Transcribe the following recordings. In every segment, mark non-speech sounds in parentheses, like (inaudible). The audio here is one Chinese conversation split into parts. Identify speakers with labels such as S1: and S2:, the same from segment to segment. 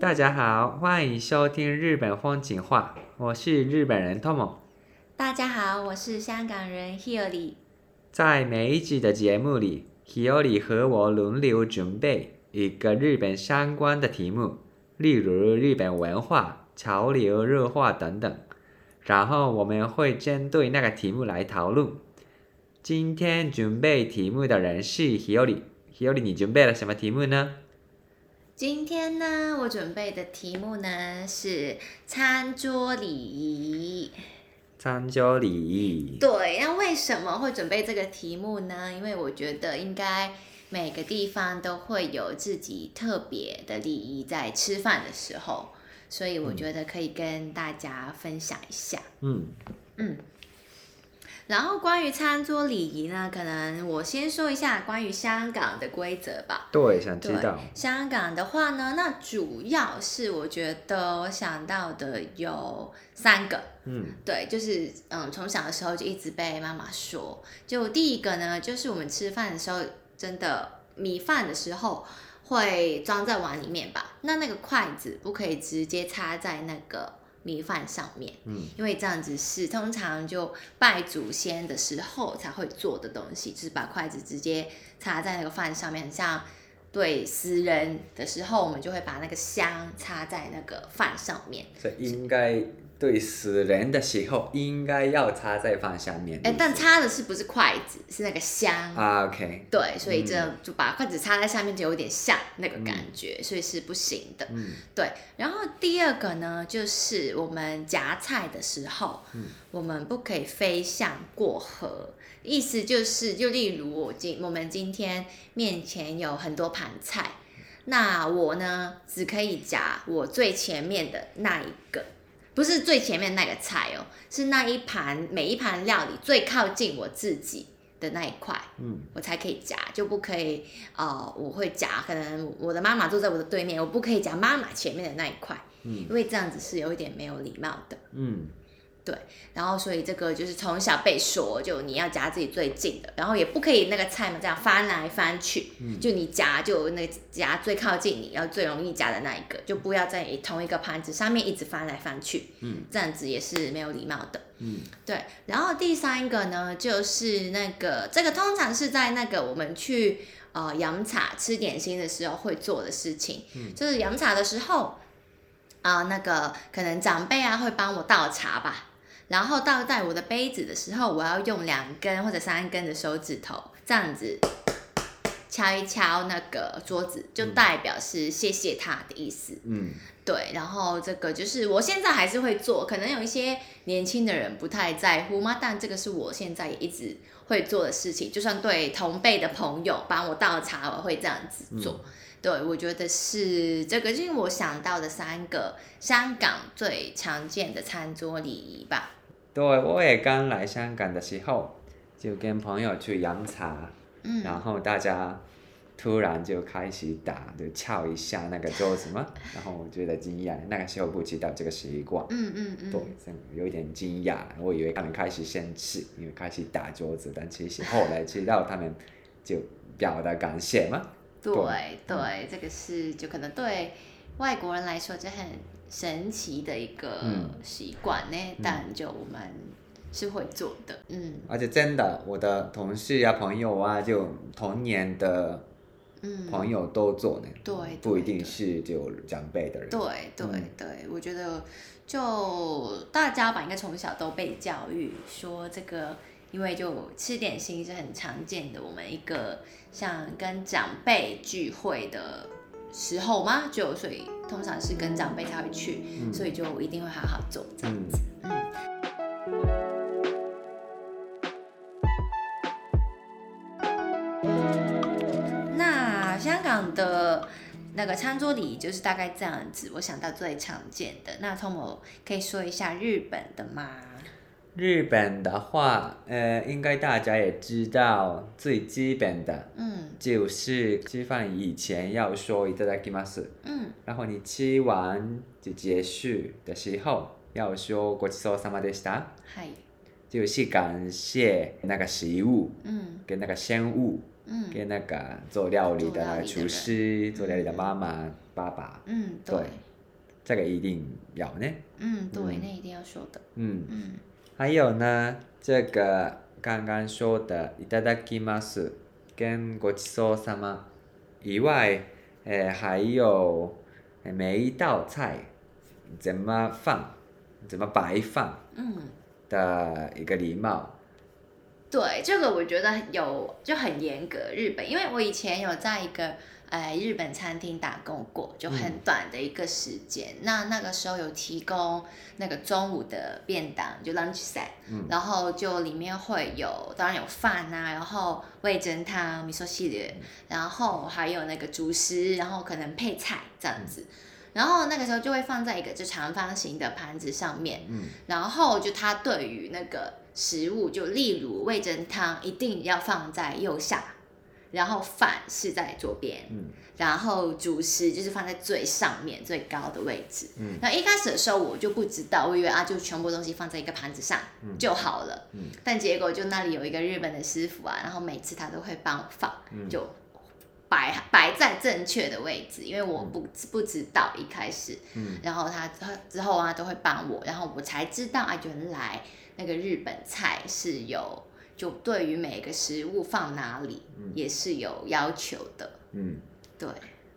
S1: 大家好，欢迎收听日本风景画，我是日本人 Tom。
S2: 大家好，我是香港人 Hilary。
S1: 在每一集的节目里，Hilary 和我轮流准备一个日本相关的题目，例如日本文化、潮流、热化等等，然后我们会针对那个题目来讨论。今天准备题目的人是 Hilary，Hilary 你准备了什么题目呢？
S2: 今天呢，我准备的题目呢是餐桌礼仪。
S1: 餐桌礼仪。
S2: 对，那为什么会准备这个题目呢？因为我觉得应该每个地方都会有自己特别的礼仪，在吃饭的时候，所以我觉得可以跟大家分享一下。
S1: 嗯，
S2: 然后关于餐桌礼仪呢，可能我先说一下关于香港的规则吧。
S1: 对，想知
S2: 对
S1: 道。
S2: 香港的话呢，那主要是我觉得我想到的有三个，
S1: 嗯
S2: 对，就是嗯，从小的时候就一直被妈妈说，就第一个呢，就是我们吃饭的时候，真的米饭的时候会装在碗里面吧，那那个筷子不可以直接插在那个米饭上面，
S1: 嗯
S2: 因为这样子是通常就拜祖先的时候才会做的东西，就是把筷子直接插在那个饭上面，很像对死人的时候，我们就会把那个香插在那个饭上面。
S1: 这应该对死人的时候应该要插在饭上面。
S2: 哎、但
S1: 是
S2: 插的是不是筷子？是那个香。
S1: 嗯啊，OK，
S2: 对，所以
S1: 嗯
S2: 这就把筷子插在下面，就有点像那个感觉，所以是不行的。
S1: 嗯
S2: 对，然后第二个呢，就是我们夹菜的时候，
S1: 嗯
S2: 我们不可以飞向过河，意思就是，就例如我今我们今天面前有很多盘菜，那我呢只可以夹我最前面的那一个，不是最前面那个菜哦，是那一盘每一盘料理最靠近我自己的那一块。
S1: 嗯
S2: 我才可以夹，就不可以呃，我会夹，可能我的妈妈坐在我的对面，我不可以夹妈妈前面的那一块，
S1: 嗯
S2: 因为这样子是有一点没有礼貌的。
S1: 嗯
S2: 然后所以这个就是从小被说，就你要夹自己最近的，然后也不可以那个菜嘛这样翻来翻去，
S1: 嗯
S2: 就你夹就那个夹最靠近你，要最容易夹的那一个，就不要在同一个盘子上面一直翻来翻去，
S1: 嗯
S2: 这样子也是没有礼貌的。
S1: 嗯
S2: 对，然后第三个呢，就是那个这个通常是在那个我们去呃洋茶吃点心的时候会做的事情，
S1: 嗯
S2: 就是洋茶的时候，啊、那个可能长辈啊会帮我倒茶吧，然后倒在我的杯子的时候，我要用两根或者三根的手指头这样子敲一敲那个桌子，就
S1: 嗯
S2: 代表是谢谢他的意思。
S1: 嗯
S2: 对，然后这个就是我现在还是会做，可能有一些年轻的人不太在乎嘛，但这个是我现在也一直会做的事情，就算对同辈的朋友帮我倒茶，我会这样
S1: 嗯
S2: 子做。对，我觉得是这个，就是我想到的三个香港最常见的餐桌礼仪吧。
S1: 对，我也刚来香港的时候，就跟朋友去洋茶，
S2: 嗯，
S1: 然后大家突然就开始打，就敲一下那个桌子嘛，然后我觉得惊讶，那个时候不知道这个习惯。
S2: 嗯嗯嗯，
S1: 对，真的有点惊讶，我以为他们开始生气，因为开始打桌子，但其实后来知道他们就表达感谢嘛。
S2: 对
S1: 对嗯
S2: 对，这个是就可能对外国人来说就很神奇的一个
S1: 嗯
S2: 习惯呢，但就我们是会做的，嗯
S1: 而且真的，我的同事啊、朋友啊，就童年的
S2: 嗯，
S1: 朋友都做呢，
S2: 对对
S1: 不一定是就长辈的人。
S2: 对对
S1: 嗯
S2: 对，我觉得就大家吧，应该从小都被教育说这个。因为就吃点心是很常见的，我们一个像跟长辈聚会的时候嘛，就所以通常是跟长辈才会去，
S1: 嗯
S2: 所以就一定会好好做这样。
S1: 嗯，
S2: 嗯，嗯那香港的那个餐桌礼仪就是大概这样子，我想到最常见的。那 t o 可以说一下日本的吗？
S1: 日本的话，呃，应该大家也知道，最基本的
S2: 嗯
S1: 就是吃饭以前要说“いただきます”。
S2: 嗯
S1: 然后你吃完就结束的时候，要说ごちそうさまでした，
S2: 嗨，
S1: 就是感谢那个食物
S2: 嗯
S1: 跟那个生物，
S2: 嗯
S1: 跟那个做料理
S2: 做料
S1: 的
S2: 理的
S1: 厨师、
S2: 人
S1: 做料理的妈妈、爸爸，
S2: 嗯，
S1: 对
S2: 对，
S1: 这个一定要呢。
S2: 嗯，对，
S1: 嗯
S2: 那一定要说的。
S1: 嗯，
S2: 嗯，
S1: 还有呢，这个刚刚说的“いただきます”跟“ごちそうさま”以外，呃，还有呃每一道菜怎么放、怎么摆放
S2: 嗯，
S1: 的一个礼貌。
S2: 对，这个我觉得有就很严格。日本，因为我以前有在一个呃日本餐厅打工过，就很短的一个时间。那那个时候有提供那个中午的便当，就 lunch set，、
S1: 嗯
S2: 然后就里面会有当然有饭啊，然后味噌汤、米寿系列，然后还有那个主食，然后可能配菜这样子。然后那个时候就会放在一个就长方形的盘子上面，
S1: 嗯
S2: 然后就他对于那个食物，就例如味噌汤一定要放在右下，然后饭是在左边，
S1: 嗯
S2: 然后主食就是放在最上面最高的位置。
S1: 嗯
S2: 那一开始的时候我就不知道，我以为啊就全部东西放在一个盘子上
S1: 嗯
S2: 就好了，
S1: 嗯
S2: 但结果就那里有一个日本的师傅啊，然后每次他都会帮我放，
S1: 嗯
S2: 就摆摆在正确的位置，因为我不不知道一开始。
S1: 嗯
S2: 然后他他之后啊都会帮我，然后我才知道啊，原来那个日本菜是有就对于每个食物放哪里、
S1: 嗯
S2: 也是有要求的，
S1: 嗯。
S2: 对，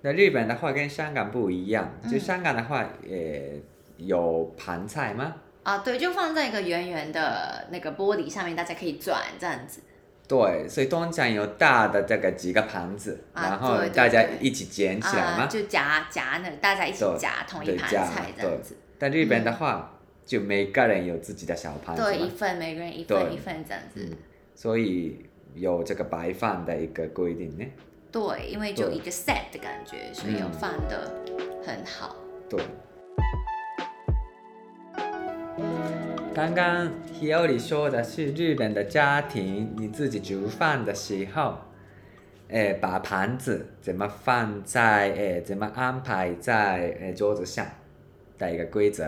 S1: 那日本的话跟香港不一样，
S2: 嗯
S1: 就香港的话，呃，有盘菜吗？
S2: 啊对，就放在一个圆圆的那个玻璃上面，大家可以转这样子，
S1: 对，所以通常有大的这个几个盘子，
S2: 啊
S1: 然后
S2: 对对
S1: 大家
S2: 对
S1: 一起捡起来
S2: 啊
S1: 嘛。
S2: 就夹夹那大家一起
S1: 对
S2: 夹同一
S1: 对
S2: 盘
S1: 夹
S2: 菜这样子，
S1: 但日本的话，就每个人有自己的小盘子
S2: 对，一
S1: 嘛，
S2: 份每个人一
S1: 对
S2: 份一份这样子，
S1: 嗯所以有这个白饭的一个规定呢。
S2: 对，因为就
S1: 对
S2: 一个 set 的感觉，所以有
S1: 嗯
S2: 放的很好，
S1: 对。刚刚 Hiori 说的是日本的家庭，你自己煮饭的时候，诶，把盘子怎么放在诶，怎么安排在诶桌子上的一个规则。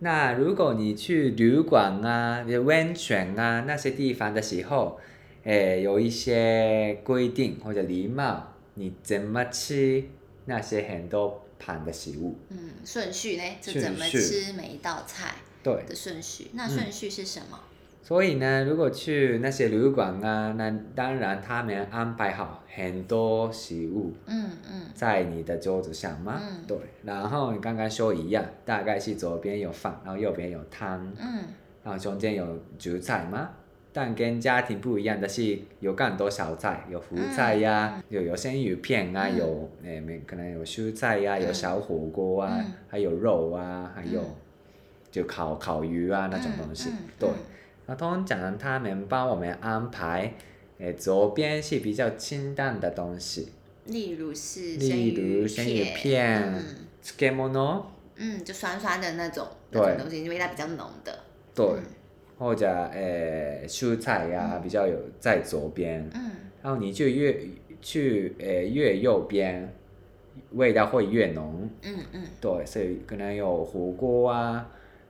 S1: 那如果你去旅馆啊、温泉啊那些地方的时候，诶，有一些规定或者礼貌，你怎么吃那些很多盘的食物？
S2: 嗯，顺序呢，就
S1: 顺
S2: 怎么
S1: 序嗯
S2: 吃每一道菜。
S1: 对，
S2: 的顺序。那顺序是什么？
S1: 所以呢，如果去那些旅馆啊，那当然他们安排好很多食物
S2: 嗯嗯
S1: 在你的桌子上嘛。
S2: 嗯
S1: 啊对，然后你刚刚说一样，大概是左边有饭，然后右边有汤，
S2: 嗯
S1: 然后中间啊有主菜嘛。但跟家庭不一样的是，有更多小菜，有福菜呀、有有生鱼片啊，
S2: 嗯
S1: 有诶、没可能有蔬菜呀、有
S2: 嗯
S1: 小火锅啊，
S2: 嗯
S1: 还有肉啊，还有
S2: 嗯
S1: 就烤烤鱼啊那种东西。
S2: 嗯嗯
S1: 对，
S2: 嗯
S1: 那通常他们帮我们安排，诶，左边是比较清淡的东西，
S2: 例如是
S1: 例如生鱼片、
S2: 嗯
S1: 漬物，
S2: 嗯，就酸酸的那种那
S1: 对
S2: 种东西，因为它比较浓的。
S1: 对，
S2: 嗯
S1: 或者诶蔬菜呀、比较有在左边，
S2: 嗯
S1: 然后你就越去诶越右边，味道会越浓，
S2: 嗯嗯
S1: 对，所以可能有火锅啊。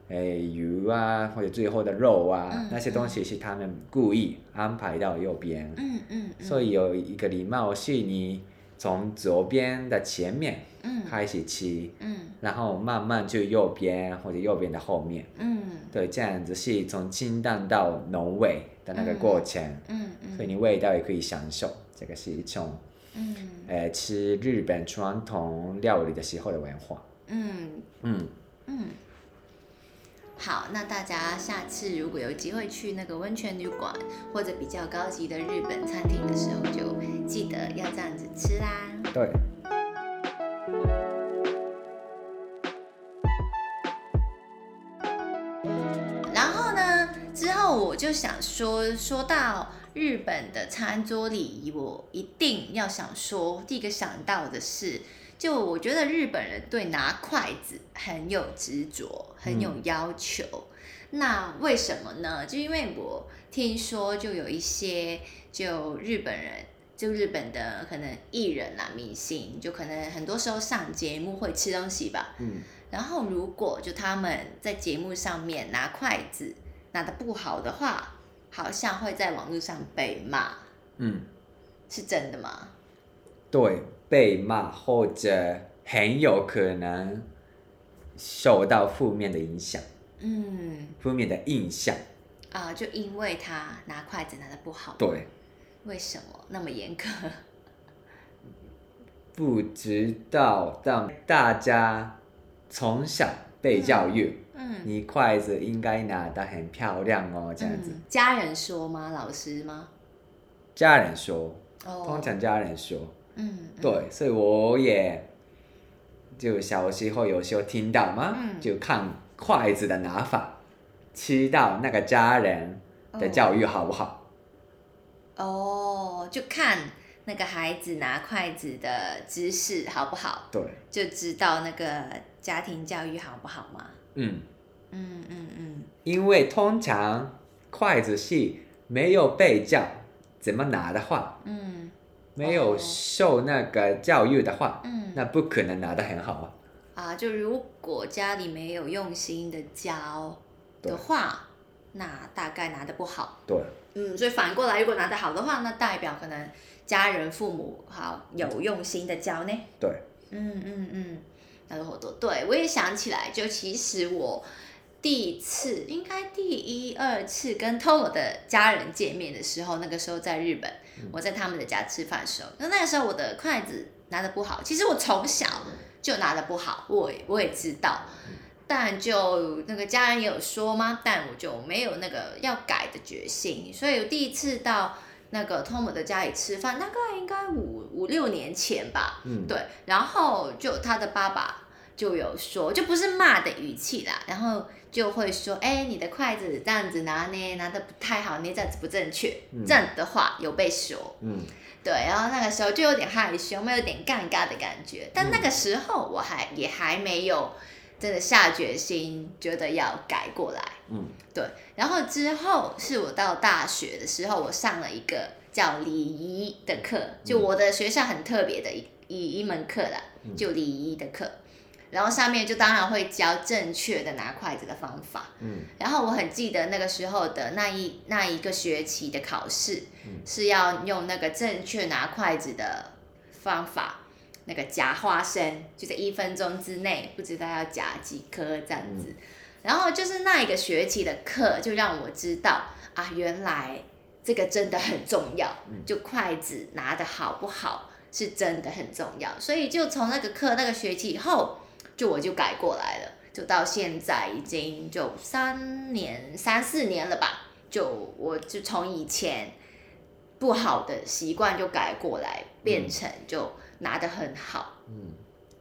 S1: 诶，鱼啊，或者最后的肉啊，
S2: 嗯
S1: 那些东西是他们故意安排到右边。
S2: 嗯嗯，嗯
S1: 所以有一个礼貌是你从左边的前面
S2: 嗯
S1: 开始吃，
S2: 嗯
S1: 然后慢慢就右边或者右边的后面，
S2: 嗯
S1: 对，这样子是从清淡到浓味的那个过程，
S2: 嗯嗯，
S1: 所以你味道也可以享受。这个是一种
S2: 嗯
S1: 呃吃日本传统料理的时候的文化。
S2: 嗯
S1: 嗯，
S2: 嗯。好，那大家下次如果有机会去那个温泉旅馆或者比较高级的日本餐厅的时候，就记得要这样子吃啦。
S1: 对。
S2: 然后呢，之后我就想说，说到日本的餐桌礼仪，我一定要想说，第一个想到的是，就我觉得日本人对拿筷子很有执着，很有要求。那为什么呢？就因为我听说，就有一些就日本人。就日本的可能艺人啦、明星，就可能很多时候上节目会吃东西吧，
S1: 嗯
S2: 然后如果就他们在节目上面拿筷子拿的不好的话，好像会在网络上被骂，
S1: 嗯，
S2: 是真的吗？
S1: 对，被骂或者很有可能受到负面的影响、
S2: 嗯
S1: 负面的印象。
S2: 啊、就因为他拿筷子拿的不好，
S1: 对，
S2: 为什么那么严格？
S1: 不知道让大家从小被教育，
S2: (laughs) 嗯，
S1: 你筷子应该拿得很漂亮哦，这样子。
S2: 嗯家人说吗？老师吗？
S1: 家人说，
S2: 哦，
S1: 通常家人说，
S2: 嗯，嗯，
S1: 对，所以我也就小时候有时候听到嘛，
S2: 嗯
S1: 就看筷子的拿法，知道那个家人的教育好不好？
S2: 哦，就看那个孩子拿筷子的姿势好不好，
S1: 对，
S2: 就知道那个家庭教育好不好嘛。
S1: 嗯，
S2: 嗯嗯嗯，
S1: 因为通常筷子是没有被教怎么拿的话，
S2: 嗯
S1: 没有
S2: 哦
S1: 受那个教育的话，
S2: 嗯
S1: 那不可能拿得很好啊。
S2: 啊，就如果家里没有用心的教
S1: 对
S2: 的话，那大概拿的不好。
S1: 对，
S2: 嗯，所以反过来，如果拿的好的话，那代表可能家人、父母好有用心的教呢。
S1: 对，
S2: 嗯嗯嗯，那个活动，对我也想起来，就其实我第一次，应该第一二次跟 Tomo 的家人见面的时候，那个时候在日本，我在他们的家吃饭的时候，那那个时候我的筷子拿的不好，其实我从小就拿的不好，我也我也知道。但就那个家人也有说嘛，但我就没有那个要改的决心，所以我第一次到那个 Tom 的家里吃饭，大概应该五五六年前吧，
S1: 嗯，
S2: 对，然后就他的爸爸就有说，就不是骂的语气啦，然后就会说，哎、你的筷子这样子拿呢，拿的不太好，你这样子不正确，
S1: 嗯
S2: 这样的话有被说，
S1: 嗯，
S2: 对，然后那个时候就有点害羞，没有点尴尬的感觉，但那个时候我还也还没有真的下决心，觉得要改过来。
S1: 嗯，
S2: 对，然后之后是我到大学的时候，我上了一个叫礼仪的课，就我的学校很特别的一一一门课啦，就礼仪的课。然后上面就当然会教正确的拿筷子的方法。
S1: 嗯，
S2: 然后我很记得那个时候的那一那一个学期的考试，是要用那个正确拿筷子的方法，那个夹花生，就在一分钟之内，不知道要夹几颗这样子。然后就是那一个学期的课，就让我知道啊，原来这个真的很重要，就筷子拿的好不好是真的很重要。所以就从那个课那个学期以后，就我就改过来了，就到现在已经就三年三四年了吧，就我就从以前不好的习惯就改过来，变成就拿的很好。
S1: 嗯，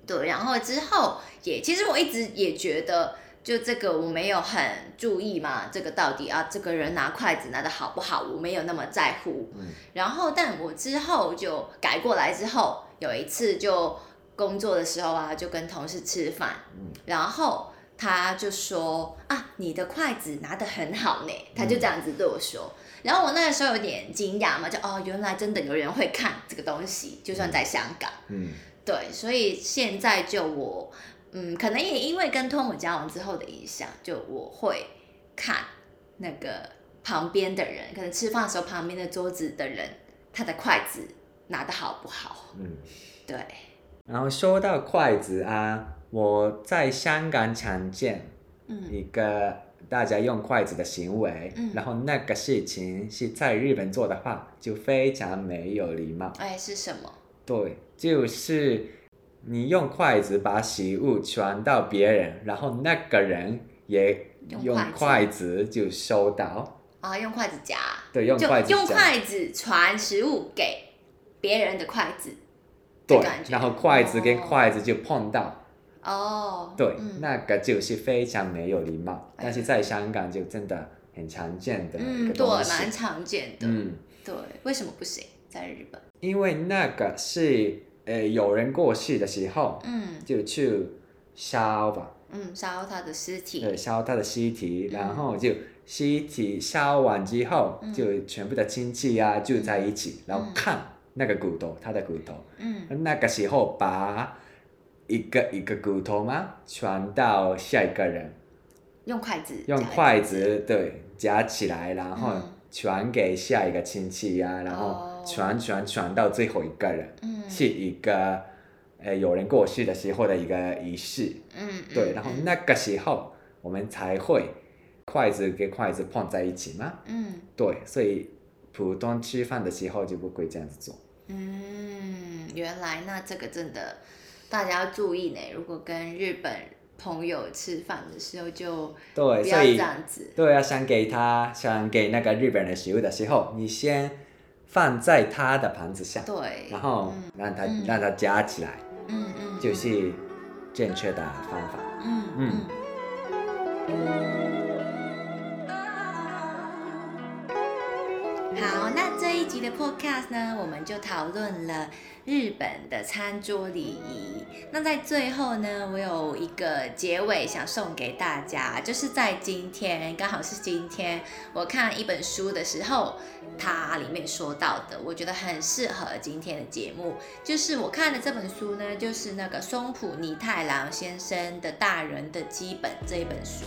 S2: 对，然后之后也，其实我一直也觉得，就这个我没有很注意嘛，这个到底啊，这个人拿筷子拿的好不好，我没有那么在乎。
S1: 嗯
S2: 然后，但我之后就改过来之后，有一次就工作的时候啊，就跟同事吃饭，
S1: 嗯
S2: 然后他就说啊，你的筷子拿的很好呢，他就这样子对我说。然后我那个时候有点惊讶嘛，就哦，原来真的有人会看这个东西，就算在香港。
S1: 嗯，
S2: 对，所以现在就我，嗯，可能也因为跟 Tom 交往之后的影响，就我会看那个旁边的人，可能吃饭的时候旁边的桌子的人，他的筷子拿的好不好？
S1: 嗯。
S2: 对，
S1: 然后说到筷子啊，我在香港常见
S2: 嗯
S1: 一个大家用筷子的行为，
S2: 嗯
S1: 然后那个事情是在日本做的话，就非常没有礼貌。
S2: 哎，是什么？
S1: 对，就是你用筷子把食物传到别人，然后那个人也
S2: 用
S1: 用
S2: 筷子
S1: 筷子就收到，
S2: 啊，用筷子夹，
S1: 对，用
S2: 就
S1: 筷子
S2: 用
S1: 夹
S2: 筷子传食物给别人的筷子的
S1: 对
S2: 感，觉
S1: 然后筷子跟
S2: 哦
S1: 筷子就碰到。
S2: 哦，
S1: 对，
S2: 嗯
S1: 那个就是非常没有礼貌，
S2: 哎
S1: 但是在香港就真的很常见的一
S2: 嗯，
S1: 个
S2: 对，
S1: 东西。
S2: 蛮常见的，
S1: 嗯，
S2: 对，为什么不行？在日本，
S1: 因为那个是呃有人过世的时候
S2: 嗯
S1: 就去烧吧，
S2: 嗯，烧他的尸体，
S1: 对，烧他的尸体，
S2: 嗯
S1: 然后就尸体烧完之后，
S2: 嗯
S1: 就全部的亲戚啊住在一起，然后
S2: 嗯
S1: 看那个骨头，他的骨头，
S2: 嗯。
S1: 那个时候把一个一个骨头嘛传到下一个人。
S2: 用筷子，
S1: 用筷，子对夹起来，然后
S2: 嗯
S1: 传给下一个亲戚呀、然后
S2: 哦
S1: 传传传到最后一个人，
S2: 嗯，
S1: 是一个呃有人过世的时候的一个仪式，
S2: 嗯，嗯
S1: 对，然后那个时候我们才会筷子跟筷子碰在一起嘛，
S2: 嗯
S1: 对，所以普通吃饭的时候就不会这样子做。
S2: 嗯，原来那这个真的大家要注意呢。如果跟日本朋友吃饭的时候，就
S1: 对，
S2: 不
S1: 所
S2: 要这
S1: 以
S2: 样子。
S1: 对啊，想给他想给那个日本人食物的时候，你先放在他的盘子上，
S2: 对，
S1: 然后
S2: 嗯
S1: 让他、
S2: 嗯
S1: 让他夹起来，
S2: 嗯嗯，
S1: 啊就是正确的方法。
S2: 嗯
S1: 嗯
S2: 嗯。好，那这一集的 podcast 呢，我们就讨论了日本的餐桌礼仪。那在最后呢，我有一个结尾想送给大家，就是在今天，刚好是今天，我看一本书的时候，它里面说到的，我觉得很适合今天的节目。就是我看的这本书呢，就是那个松浦弥太郎先生的《大人的基本》这一本书，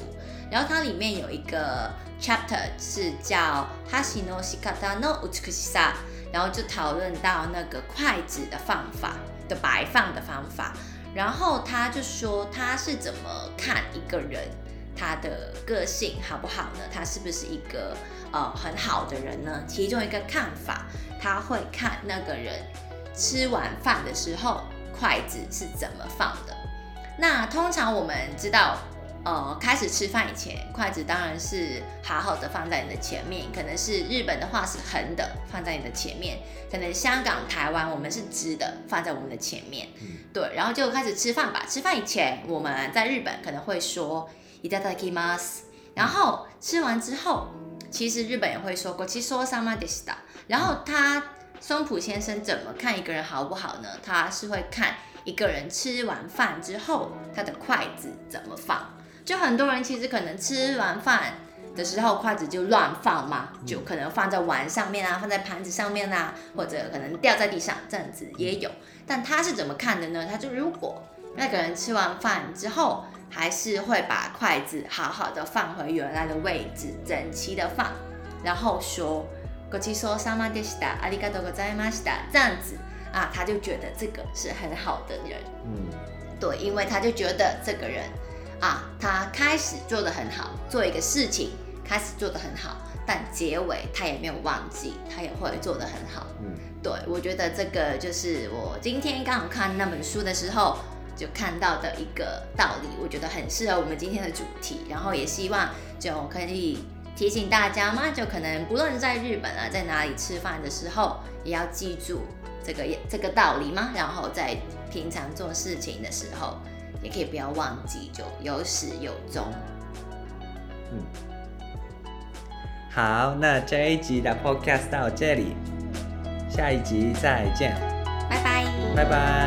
S2: 然后它里面有一个 chapter 是叫“哈西诺西卡达诺乌츠克西萨”，然后就讨论到那个筷子的放法的摆放的方法，然后他就说他是怎么看一个人他的个性好不好呢？他是不是一个呃很好的人呢？其中一个看法，他会看那个人吃完饭的时候筷子是怎么放的。那通常我们知道，呃，开始吃饭以前，筷子当然是好好的放在你的前面，可能是日本的话是横的放在你的前面，可能香港、台湾我们是直的放在我们的前面，
S1: 嗯
S2: 对，然后就开始吃饭吧。吃饭以前，我们在日本可能会说いただきます，然后吃完之后，其实日本也会说ごちそうさまでした。然后他松浦先生怎么看一个人好不好呢？他是会看一个人吃完饭之后，他的筷子怎么放。就很多人其实可能吃完饭的时候，筷子就乱放嘛，就可能放在碗上面啊，放在盘子上面啊，或者可能掉在地上这样子也有。但他是怎么看的呢？他就如果那个人吃完饭之后，还是会把筷子好好的放回原来的位置，整齐的放，然后说“ごちそうさまでした、ありがとうございました”这样子啊，他就觉得这个是很好的人。
S1: 嗯，
S2: 对，因为他就觉得这个人啊，他开始做得很好，做一个事情开始做得很好，但结尾他也没有忘记，他也会做得很好。
S1: 嗯，
S2: 对我觉得这个就是我今天刚好看那本书的时候就看到的一个道理，我觉得很适合我们今天的主题，然后也希望就可以。提醒大家嘛，就可能不论在日本啊，在哪里吃饭的时候，也要记住这个这个道理嘛，然后在平常做事情的时候，也可以不要忘记，就有始有终。
S1: 嗯好，那这一集的 podcast 到这里，下一集再见，
S2: 拜拜，
S1: 拜拜。